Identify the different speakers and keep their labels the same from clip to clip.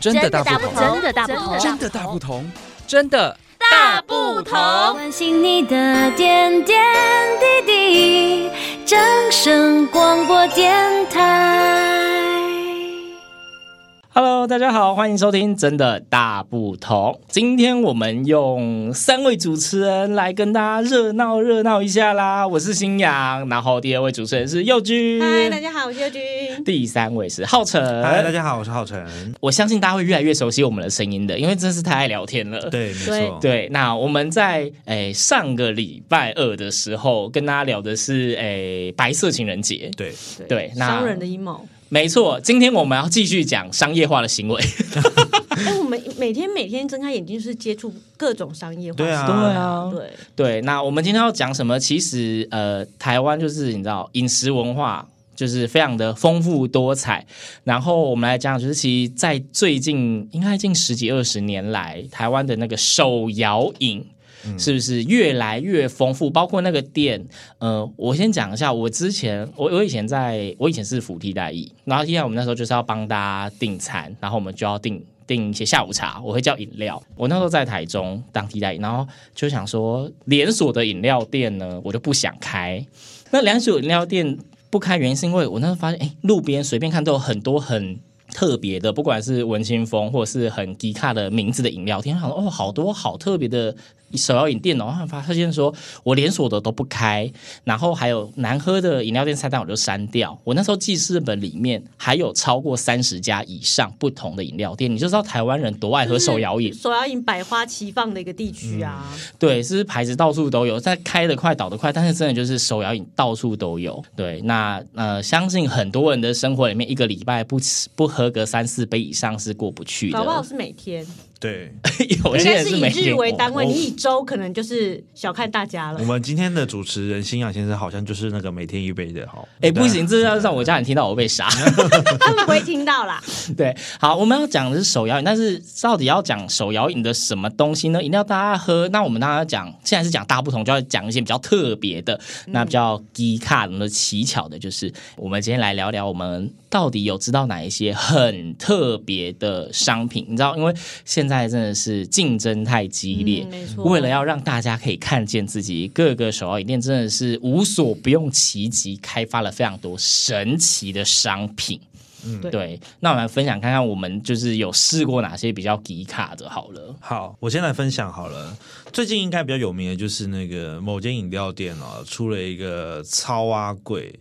Speaker 1: 真的大不
Speaker 2: 不
Speaker 1: 同，
Speaker 2: 同真的大不同
Speaker 1: 真的大不同，真的
Speaker 2: 大不同。
Speaker 3: 关心你的点点滴滴，掌声广播电台。
Speaker 4: Hello，大家好，欢迎收听《真的大不同》。今天我们用三位主持人来跟大家热闹热闹一下啦。我是新阳，然后第二位主持人是佑君，
Speaker 5: 嗨，大家好，我是尤君。
Speaker 4: 第三位是浩辰。
Speaker 6: 嗨，大家好，我是浩辰。
Speaker 4: 我相信大家会越来越熟悉我们的声音的，因为真是太爱聊天了。
Speaker 6: 对，没错，
Speaker 4: 对，那我们在诶、上个礼拜二的时候跟大家聊的是诶、白色情人节，
Speaker 6: 对，
Speaker 4: 对那
Speaker 5: 商人的阴谋。
Speaker 4: 没错。今天我们要继续讲商业化的行为，
Speaker 5: 哎，我们每天每天睁开眼睛是接触各种商业化。
Speaker 6: 对啊，
Speaker 4: 啊
Speaker 5: 对，
Speaker 4: 对，那我们今天要讲什么？其实呃，台湾就是你知道饮食文化。就是非常的丰富多彩，然后我们来讲，就是其实在最近应该近十几二十年来，台湾的那个手摇饮是不是越来越丰富？包括那个店，呃，我先讲一下，我之前我我以前在我以前是服替代役，然后因为我们那时候就是要帮大家订餐，然后我们就要订订一些下午茶，我会叫饮料。我那时候在台中当替代役，然后就想说连锁的饮料店呢，我就不想开。那连锁饮料店不开原因是因为我那时候发现，哎，路边随便看都有很多很。特别的，不管是文青风或者是很迪卡的名字的饮料店，我想说哦，好多好特别的手摇饮店哦。然后发现说我连锁的都不开，然后还有难喝的饮料店菜单我就删掉。我那时候记事本里面还有超过三十家以上不同的饮料店，你就知道台湾人多
Speaker 5: 嗯
Speaker 4: 爱喝手摇饮。
Speaker 5: 手摇饮百花齐放的一个地区啊。
Speaker 4: 对，是牌子到处都有，在开得快倒得快，但是真的就是手摇饮到处都有。对，那呃，相信很多人的生活里面，一个礼拜不吃不喝个三四杯以上是过不去的
Speaker 5: 搞不。好是每天，
Speaker 6: 对。
Speaker 4: 有
Speaker 5: 应
Speaker 4: 些
Speaker 5: 该
Speaker 4: 人
Speaker 5: 是
Speaker 4: 是
Speaker 5: 以
Speaker 4: 每
Speaker 5: 日
Speaker 4: 天
Speaker 5: 为单位，
Speaker 6: 我
Speaker 5: 你一周可能就是小看大家了
Speaker 6: 我。们今天的主持人新雅先生好像就是那个每天一杯的，哦好，
Speaker 4: 哎、不行，这要让我家人听到我被杀。
Speaker 5: 他们不会听 到啦。
Speaker 4: 对，好，我们要讲的是手摇饮，但是到底要讲手摇饮的什么东西呢？饮料大家喝，那我们大家讲，现在是讲大不同，就要讲一些比较特别的，那比较低卡的、奇巧的，就是我们今天来聊聊，我们到底有知道哪一些很特别的商品？你知道，因为现在真的是竞争太激烈，
Speaker 5: 嗯没错
Speaker 4: 为了要让大家可以看见自己，各个手摇饮店真的是无所不用其极，开发了非常多神奇的商品。
Speaker 5: 对
Speaker 4: 对，那我们来分享看看，我们就是有试过哪些比较低卡的，好了。
Speaker 6: 好，我先来分享好了。最近应该比较有名的就是那个某间饮料店哦，出了一个超阿贵，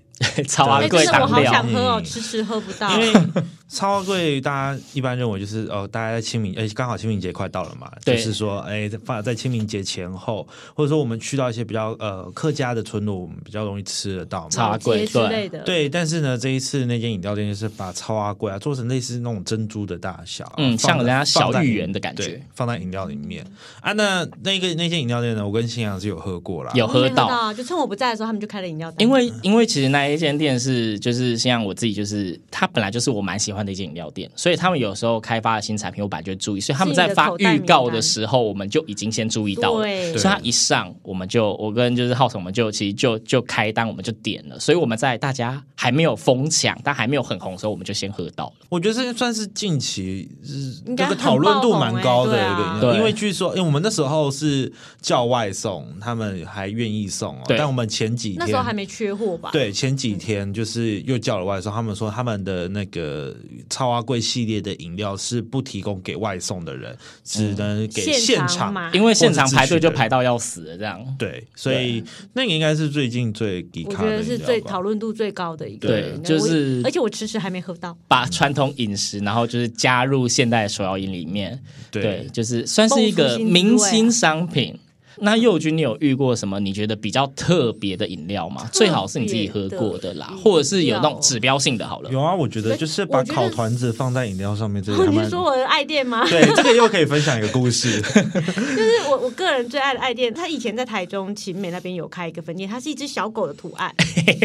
Speaker 4: 超阿
Speaker 5: 哎，
Speaker 4: 贵
Speaker 5: 真的我
Speaker 4: 糖
Speaker 5: 好
Speaker 4: 料
Speaker 5: 想，喝哦，
Speaker 6: 嗯
Speaker 5: 迟迟喝不到。
Speaker 4: 啊
Speaker 6: 因为超阿贵大家一般认为就是哦，大家在清明，哎，刚好清明节快到了嘛，
Speaker 4: 对
Speaker 6: 就是说，哎，在放在清明节前后，或者说我们去到一些比较呃客家的村落，我们比较容易吃得到嘛，
Speaker 4: 超阿贵
Speaker 5: 节之类
Speaker 4: 对，
Speaker 5: 的，，
Speaker 6: 对，但是呢，这一次那间饮料店就是把超阿贵啊做成类似那种珍珠的大小，啊
Speaker 4: 嗯
Speaker 6: 放
Speaker 4: 像人家小
Speaker 6: 放在
Speaker 4: 芋
Speaker 6: 饮
Speaker 4: 圆的感觉
Speaker 6: 对放在饮料里面啊。那那个那间饮料店呢，我跟新阳是有喝过啦，
Speaker 4: 有喝到。
Speaker 5: 到啊，就趁我不在的时候，他们就开了饮料店。
Speaker 4: 因为因为其实那一间店是就是像我自己就是它本来就是我蛮喜欢的一间饮料店，所以他们有时候开发的新产品我本来就注意，所以他们在发预告的时候我们就已经先注意到了，
Speaker 5: 对
Speaker 4: 所以他一上我们就我跟就是浩辰我们就其实就就开单我们就点了，所以我们在大家还没有疯抢但还没有很红的时候我们就先喝到了。
Speaker 6: 我觉得这算是近期
Speaker 5: 应
Speaker 6: 是
Speaker 5: 该
Speaker 6: 这个
Speaker 5: 很
Speaker 6: 讨论度蛮高的
Speaker 5: 爆红
Speaker 6: 一个
Speaker 5: 欸对
Speaker 6: 饮
Speaker 5: 啊
Speaker 6: 料店，
Speaker 4: 对
Speaker 6: 因为据说，因为我们那时候是叫外送，他们还愿意送哦，
Speaker 4: 对
Speaker 6: 但我们前几天
Speaker 5: 那时候还没缺货吧？，
Speaker 6: 对，前几天就是又叫了外送，他们说他们的那个超阿贵系列的饮料是不提供给外送的人，只能给现场。
Speaker 5: 买。
Speaker 4: 因为现场排队就排到要死了这样。
Speaker 6: 对，所以那个应该是最近最低
Speaker 5: 我
Speaker 6: 咖
Speaker 5: 觉
Speaker 6: 的
Speaker 5: 得
Speaker 6: 饮
Speaker 5: 是
Speaker 6: 料
Speaker 5: 最
Speaker 6: 吧
Speaker 5: 讨论度最高的一个，
Speaker 4: 对就是
Speaker 5: 我而且我迟迟还没喝到，
Speaker 4: 把传统饮食，然后就是加入现代的手摇饮里面，
Speaker 6: 对
Speaker 4: 就是算是一个
Speaker 5: 蹦出新滋味啊
Speaker 4: 明星商品。那佑君，你有遇过什么你觉得比较特别的嗯饮料吗？最好是你自己喝过的啦
Speaker 5: 饮，料
Speaker 4: 或者是有那种指标性的好了。
Speaker 6: 有啊，我觉得就是把
Speaker 5: 我觉得
Speaker 6: 烤团子放在饮料上面，这 个还
Speaker 5: 你
Speaker 6: 蛮
Speaker 5: 是 说我的爱店 吗？
Speaker 6: 对，这个又可以分享一个故事。
Speaker 5: 就是我我个人最爱的爱店，它以前在台中勤美那边有开一个分店，它是一只小狗的图案，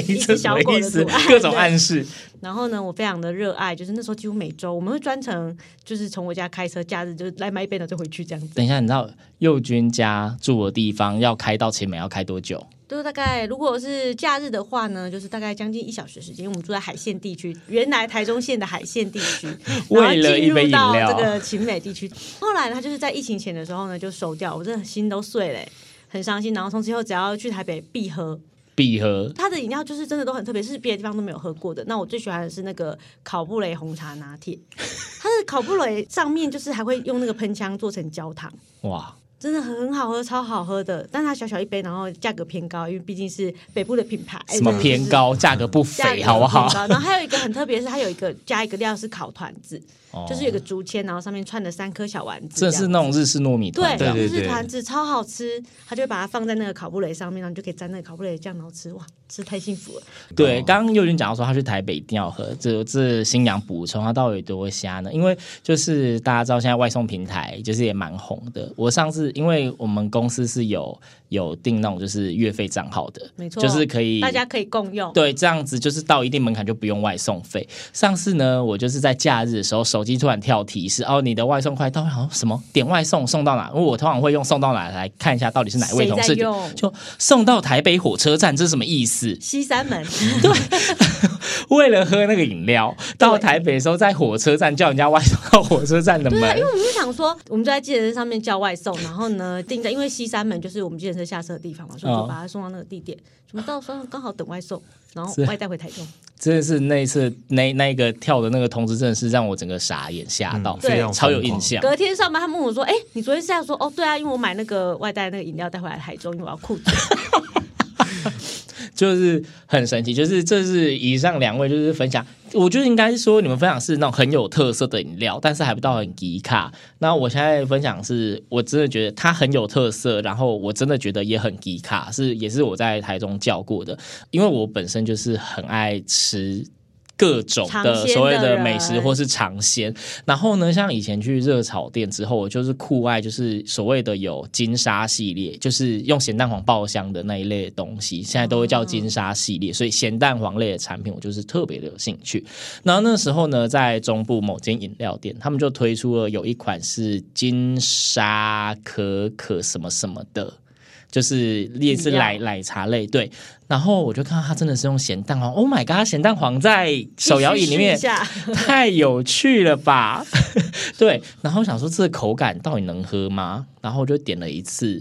Speaker 5: 一
Speaker 4: 这
Speaker 5: 只
Speaker 4: 什
Speaker 5: 小
Speaker 4: 么
Speaker 5: 狗
Speaker 4: 意
Speaker 5: 的
Speaker 4: 思
Speaker 5: 图案，？
Speaker 4: 各种
Speaker 5: 对
Speaker 4: 暗示。
Speaker 5: 然后呢，我非常的热爱，就是那时候几乎每周我们会专程就是从我家开车，假日就是来买一杯的就回去这样子。
Speaker 4: 等一下，你知道佑君家住的地方要开到前美要开多久？
Speaker 5: 都大概如果是假日的话呢，就是大概将近一小时时间。因为我们住在海线地区，原来台中县的海线地区，然后
Speaker 4: 为了一
Speaker 5: 进
Speaker 4: 杯饮
Speaker 5: 入到
Speaker 4: 料
Speaker 5: 这个秦美地区。后来呢，他就是在疫情前的时候呢，就收掉，我真的心都碎了欸、很伤心。然后从此以后，只要去台北必喝，
Speaker 4: 必喝
Speaker 5: 它的饮料就是真的都很特别，是别的地方都没有喝过的。那我最喜欢的是那个烤布雷红茶拿铁，它的烤布雷上面就是还会用那个喷枪做成焦糖，
Speaker 4: 哇！
Speaker 5: 真的很好喝，超好喝的。但它小小一杯，然后价格偏高，因为毕竟是北部的品牌，哎
Speaker 4: 什么偏高，价格不
Speaker 5: 价格
Speaker 4: 菲，
Speaker 5: 偏
Speaker 4: 好不好？
Speaker 5: 高然后 还有一个很特别，是它有一个加一个料是烤团子，就是有一个竹签，然后上面串了三颗小丸子，
Speaker 4: 这哦是那种日式糯米
Speaker 5: 对
Speaker 4: 团，这样
Speaker 6: 对对
Speaker 5: 就是团子超好吃，它就会把它放在那个烤布雷上面，然后你就可以沾那个烤布雷酱，然后吃，哇，吃太幸福了。
Speaker 4: 对，刚刚佑君讲到说他去台北一定要喝，这这新娘补充他到底有多瞎呢？因为就是大家知道现在外送平台就是也蛮红的。我上次因为我们公司是有有订那种就是月费账号的，
Speaker 5: 没错，
Speaker 4: 就是可以
Speaker 5: 大家可以共用。
Speaker 4: 对，这样子就是到一定门槛就不用外送费。上次呢，我就是在假日的时候，手机突然跳提示，哦，你的外送快到，好像什么点外送送到哪？因为我通常会用送到哪来看一下到底是哪位
Speaker 5: 谁
Speaker 4: 同
Speaker 5: 在
Speaker 4: 事点
Speaker 5: 用
Speaker 4: 就送到台北火车站，这是什么意思？
Speaker 5: 西三 门，
Speaker 4: 为了喝那个饮料，到台北的时候在火车站叫人家外送到火车站的门
Speaker 5: 对。啊，因为我们就想说，我们就在计程车上面叫外送，然后呢定在，因为西三门就是我们计程车下车的地方嘛，所以我
Speaker 4: 哦
Speaker 5: 就把它送到那个地点。什么到时候刚好等外送，然后
Speaker 4: 是
Speaker 5: 外带回台中。
Speaker 4: 真的是那一次那那个跳的那个通知，真的是让我整个傻眼吓到，
Speaker 6: 嗯
Speaker 5: 对非
Speaker 6: 常
Speaker 4: 超有
Speaker 6: 疯狂
Speaker 4: 印象。
Speaker 5: 隔天上班，他们问我说：“哎、你昨天是要说哦？对啊，因为我买那个外带那个饮料带回来台中，因为我要库存。
Speaker 4: 就是很神奇，就是这是以上两位就是分享，我觉得应该是说你们分享是那种很有特色的饮料，但是还不到很迪卡。那我现在分享是我真的觉得它很有特色，然后我真的觉得也很迪卡，是也是我在台中叫过的，因为我本身就是很爱吃。各种
Speaker 5: 尝
Speaker 4: 的
Speaker 5: 鲜
Speaker 4: 所谓
Speaker 5: 的
Speaker 4: 的
Speaker 5: 人
Speaker 4: 美食或是尝鲜，然后呢，像以前去热炒店之后，我就是酷爱就是所谓的有金沙系列，就是用咸蛋黄爆香的那一类的东西，现在都会叫金沙系列。所以咸蛋黄类的产品，我就是特别的有兴趣。然后那时候呢，在中部某间饮料店，他们就推出了有一款是金沙可可什么什么的。就是也是
Speaker 5: 饮料
Speaker 4: 奶奶茶类，对。然后我就看到它真的是用咸蛋黄，Oh my god！咸蛋黄在手摇饮里面
Speaker 5: 必须试一下，
Speaker 4: 太有趣了吧？ 对，然后想说这口感到底能喝吗？然后我就点了一次，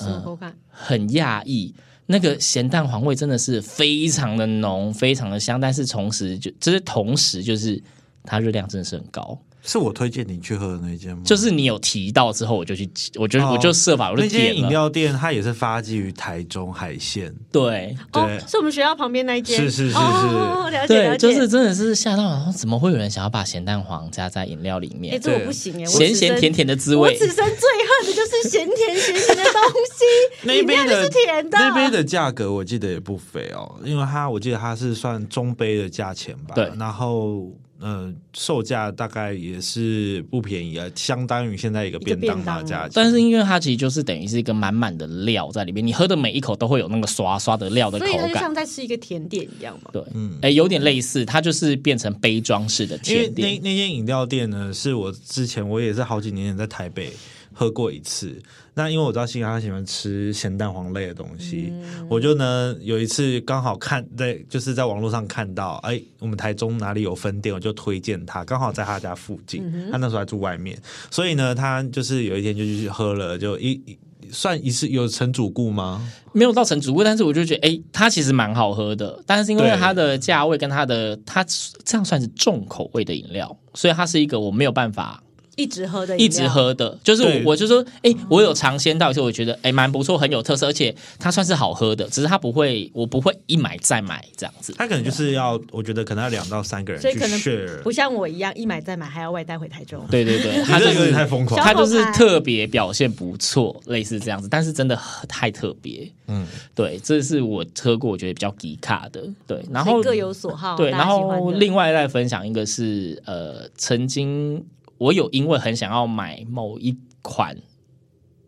Speaker 4: 嗯
Speaker 5: 什么口感？
Speaker 4: 很讶异，那个咸蛋黄味真的是非常的浓，非常的香，但是同时就就是同时就是它热量真的是很高。
Speaker 6: 是我推荐你去喝的那间吗？
Speaker 4: 就是你有提到之后，我就去，我就、
Speaker 6: 哦
Speaker 4: 我就设法我就
Speaker 6: 那间
Speaker 4: 点
Speaker 6: 饮
Speaker 4: 了，
Speaker 6: 料店，它也是发基于台中海鲜。
Speaker 4: 对。
Speaker 5: 哦
Speaker 6: 对，
Speaker 5: 是我们学校旁边那一间。
Speaker 6: 是是是
Speaker 5: 哦，了解了
Speaker 4: 对，
Speaker 5: 解。
Speaker 4: 就是真的是吓到，然后怎么会有人想要把咸蛋黄加在饮料里
Speaker 5: 哎、
Speaker 4: 面？
Speaker 5: 这我不行哎、我
Speaker 4: 咸咸甜
Speaker 5: 只生。
Speaker 4: 甜的滋
Speaker 5: 我
Speaker 4: 味，
Speaker 5: 此生最恨的就是咸甜咸甜的东西，
Speaker 6: 那
Speaker 5: 饮
Speaker 6: 边
Speaker 5: 料
Speaker 6: 的
Speaker 5: 就是甜的。
Speaker 6: 那边的价格我记得也不菲哦，因为它我记得它是算中杯的价钱吧。
Speaker 4: 对
Speaker 6: 然后嗯、呃售价大概也是不便宜啊，相当于现在一个便当吧
Speaker 5: 一个便当
Speaker 6: 价钱。
Speaker 4: 但是因为它其实就是等于是一个满满的料在里面，你喝的每一口都会有那个刷刷的料的口
Speaker 5: 所以它就
Speaker 4: 感
Speaker 5: 像。在吃一个甜点一样嘛。
Speaker 4: 对，嗯，哎、有点类似，它就是变成杯装式的
Speaker 6: 因为
Speaker 4: 甜
Speaker 6: 那
Speaker 4: 点，
Speaker 6: 那间饮料店呢，是我之前我也是好几年前在台北喝过一次。那因为我知道新阳他喜欢吃咸蛋黄类的东西，我就呢有一次刚好看在就是在网络上看到，哎，我们台中哪里有分店，我就推荐他，刚好在他家附近，他那时候还住外面，所以呢，他就是有一天就去喝了，就一。一算一次有成主顾吗？
Speaker 4: 没有到成主顾，但是我就觉得，哎、它其实蛮好喝的。但是因为
Speaker 6: 对
Speaker 4: 它的价位跟它的，它这样算是重口味的饮料，所以它是一个我没有办法
Speaker 5: 一直喝的饮料，
Speaker 4: 一直喝的。就是
Speaker 6: 对
Speaker 4: 我，我就说，哎、我有尝鲜到，所以我觉得，哎、蛮不错，很有特色，而且它算是好喝的，只是它不会，我不会一买再买这样子。
Speaker 6: 他可能就是要，我觉得可能要两到三个人去
Speaker 5: 所以可能
Speaker 6: share。
Speaker 5: 不像我一样一买再买，还要外带回台中。
Speaker 4: 对对对，
Speaker 6: 你
Speaker 4: 它
Speaker 6: 这个
Speaker 4: 就
Speaker 6: 有
Speaker 4: 是
Speaker 6: 点太疯狂了，
Speaker 4: 他就是特别表现不错，类似这样子，但是真的很太特别。嗯
Speaker 6: 嗯，
Speaker 4: 对，这是我喝过我觉得比较低卡的。对，然
Speaker 5: 所
Speaker 4: 后
Speaker 5: 以各有所好。
Speaker 4: 对，
Speaker 5: 大家
Speaker 4: 然
Speaker 5: 喜欢
Speaker 4: 后
Speaker 5: 的
Speaker 4: 另外再分享一个是呃，曾经我有因为很想要买某一款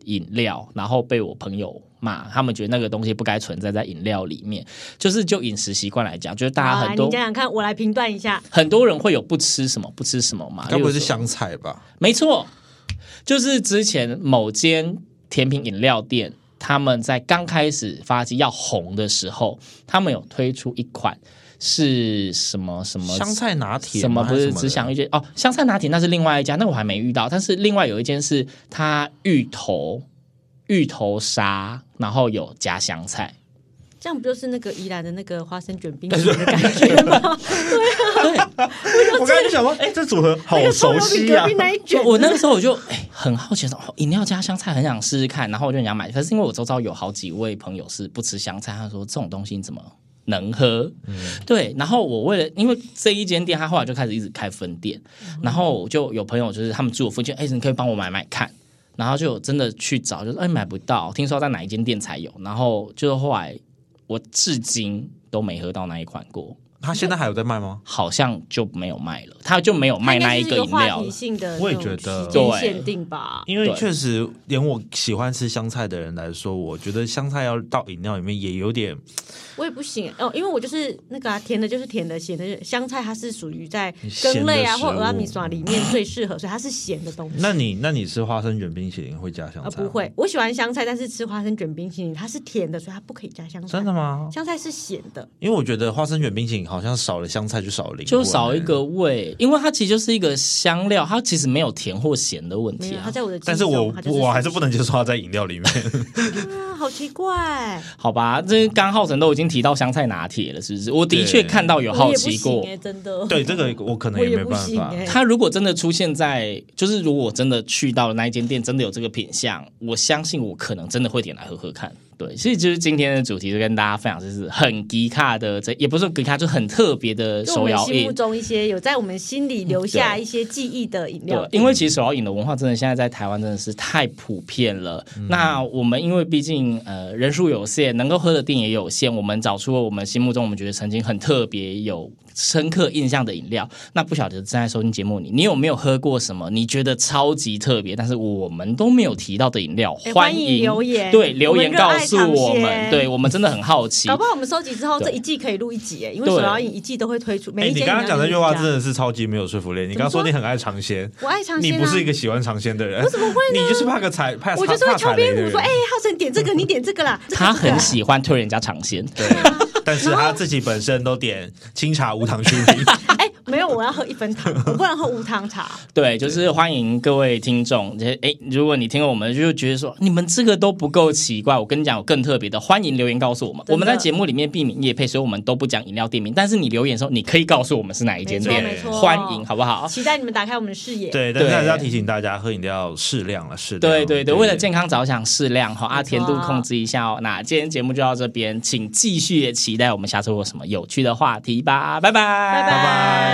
Speaker 4: 饮料，然后被我朋友骂，他们觉得那个东西不该存在在饮料里面。就是就饮食习惯来讲，就是大
Speaker 5: 好
Speaker 4: 家
Speaker 5: 来
Speaker 4: 很多
Speaker 5: 啊你讲讲看，我来评断一下。
Speaker 4: 很多人会有不吃什么不吃什么嘛，
Speaker 6: 该不会
Speaker 4: 例
Speaker 6: 是
Speaker 4: 如说
Speaker 6: 香菜吧？
Speaker 4: 没错，就是之前某间甜品饮料店，他们在刚开始发迹要红的时候，他们有推出一款是什么什么
Speaker 6: 香菜拿铁
Speaker 4: 什么
Speaker 6: 吗
Speaker 4: 不
Speaker 6: 还
Speaker 4: 是
Speaker 6: 什
Speaker 4: 只想
Speaker 6: 的
Speaker 4: 遇见哦，香菜拿铁那是另外一家，那我还没遇到。但是另外有一间是它芋头芋头沙，然后有加香菜。
Speaker 5: 这样不就是那个宜兰的那个花生卷冰淇淋的感觉吗？
Speaker 6: 我刚才就想说，哎，这组合 好熟悉啊
Speaker 5: 那个臭豆腐隔！壁那一
Speaker 4: 就
Speaker 5: 卷，
Speaker 4: 我那个时候我就哎、很好奇说，哦，饮料加香菜很想试试看，然后我就很想买。可是因为我周遭有好几位朋友是不吃香菜，他说这种东西你怎么？能喝，对。然后我为了，因为这一间店，他后来就开始一直开分店，
Speaker 5: 嗯
Speaker 4: 然后我就有朋友就是他们住我附近，哎，你可以帮我买买看。然后就真的去找，就是哎买不到，听说在哪一间店才有。然后就是后来我至今都没喝到那一款过，
Speaker 6: 他现在还有在卖吗？
Speaker 4: 好像就没有卖了，他就没有卖
Speaker 5: 它应
Speaker 4: 那个
Speaker 5: 该是个
Speaker 4: 饮料
Speaker 5: 话
Speaker 4: 了
Speaker 5: 题。性的，
Speaker 6: 我也觉得
Speaker 4: 对
Speaker 5: 限定吧。
Speaker 6: 因为
Speaker 4: 对
Speaker 6: 确实，连我喜欢吃香菜的人来说，我觉得香菜要到饮料里面也有点
Speaker 5: 我也不行哦，因为我就是那个啊，甜的就是甜的，咸的就是香菜，它是属于在
Speaker 6: 咸的
Speaker 5: 羹类啊
Speaker 6: 食
Speaker 5: 或
Speaker 6: 物
Speaker 5: 俄阿米耍里面最适合，所以它是咸的东西。
Speaker 6: 那你那你吃花生卷冰淇淋会加香
Speaker 5: 呃，
Speaker 6: 菜？
Speaker 5: 不，会，我喜欢香菜，但是吃花生卷冰淇淋它是甜的，所以它不可以加香菜。
Speaker 6: 真的？吗？
Speaker 5: 香菜是咸的，
Speaker 6: 因为我觉得花生卷冰淇淋好像少了香菜就少了灵魂，
Speaker 4: 就少一个味，因为它其实就是一个香料，它其实没有甜或咸的问
Speaker 5: 没
Speaker 4: 题
Speaker 5: 有，它
Speaker 4: 啊。
Speaker 5: 在我的记忆
Speaker 6: 但是我
Speaker 5: 中它就是
Speaker 6: 我还是
Speaker 5: 咸
Speaker 6: 不能接受它在饮料里面。
Speaker 5: 的啊，好奇 怪，
Speaker 4: 好吧，这刚浩辰都已经提到香菜拿铁了，是不是？我的
Speaker 6: 对
Speaker 4: 确看到有
Speaker 5: 我
Speaker 4: 好
Speaker 5: 也不
Speaker 4: 奇过
Speaker 5: 行，哎，真的。
Speaker 6: 对这个我可能
Speaker 5: 我
Speaker 6: 也
Speaker 5: 也
Speaker 6: 没
Speaker 5: 不
Speaker 6: 办
Speaker 5: 行
Speaker 6: 法。哎
Speaker 5: 欸
Speaker 4: 它如果真的出现在，就是如果我真的去到了那一间店，真的有这个品相，我相信我可能真的会点来喝喝看。对，所以就是今天的主题就跟大家分享，就是很迪卡的，这也不是迪卡，就是很特别的
Speaker 5: 就我
Speaker 4: 手
Speaker 5: 们
Speaker 4: 摇
Speaker 5: 心
Speaker 4: 饮
Speaker 5: 目。中一些有在我们心里留下
Speaker 6: 嗯
Speaker 4: 对
Speaker 5: 一些记忆的饮料
Speaker 4: 对，，因为其实手摇饮的文化真的现在在台湾真的是太普遍了。那我们因为毕竟呃人数有限，能够喝的店也有限，我们找出了我们心目中我们觉得曾经很特别有深刻印象的饮料。那不晓得正在收听节目你，你有没有喝过什么你觉得超级特别，但是我们都没有提到的饮料？欢
Speaker 5: 哎欢迎留言
Speaker 4: 对留
Speaker 5: 我们
Speaker 4: 言
Speaker 5: 热
Speaker 4: 告
Speaker 5: 爱
Speaker 4: 诉
Speaker 5: 尝
Speaker 4: 我们，
Speaker 5: 鲜
Speaker 4: 对我们真的很好奇
Speaker 5: 搞。不好我们收集之后
Speaker 4: 对
Speaker 5: 这一季可以录一集，哎，因为
Speaker 4: 对
Speaker 5: 手摇饮一季都会推出。每
Speaker 6: 哎，
Speaker 5: 一
Speaker 6: 你
Speaker 5: 间
Speaker 6: 刚刚
Speaker 5: 饮
Speaker 6: 讲
Speaker 5: 料
Speaker 6: 那句话
Speaker 5: 都
Speaker 6: 真
Speaker 5: 是
Speaker 6: 的是超级没有说服力。你刚刚说
Speaker 5: 怎么说
Speaker 6: 你很爱尝鲜，
Speaker 5: 这样，我爱尝
Speaker 6: 你
Speaker 5: 鲜啊
Speaker 6: 不是一个喜欢尝鲜的人，我怎么会呢？你就是怕个踩怕，
Speaker 5: 我就是会
Speaker 6: 怕踩
Speaker 5: 敲
Speaker 6: 雷
Speaker 5: 边
Speaker 6: 的
Speaker 5: 鼓
Speaker 6: 人
Speaker 5: 说，哎，浩辰点这个，你点这个啦。这个
Speaker 4: 他
Speaker 5: 这个
Speaker 4: 很喜欢推人家尝鲜， 对，
Speaker 6: 但是他自己本身都点清茶无 糖 去冰。
Speaker 5: 哎，没有，我要喝一分糖，我不能喝无糖茶。
Speaker 4: 对，就是欢迎各位听众。这哎，如果你听了我们，就觉得说你们这个都不够奇怪，我跟你讲，有更特别的，欢迎留言告诉我们。
Speaker 5: 真的
Speaker 4: 我们在节目里面避免夜配，所以我们都不讲饮料店名。但是你留言的时候，你可以告诉我们是哪一间
Speaker 5: 没错，
Speaker 4: 店，
Speaker 5: 没错，
Speaker 4: 欢迎，好不好？
Speaker 5: 期待你们打开我们的视野。
Speaker 6: 对，但是
Speaker 4: 对
Speaker 6: 还是要提醒大家，喝饮料适量了，适量。
Speaker 4: 对对对，为了健康着想，适量哈，啊，
Speaker 5: 没错
Speaker 4: 甜度控制一下哦。那今天节目就到这边，请继续也期待我们下次会有什么有趣的话题吧，拜拜，拜
Speaker 5: 拜拜。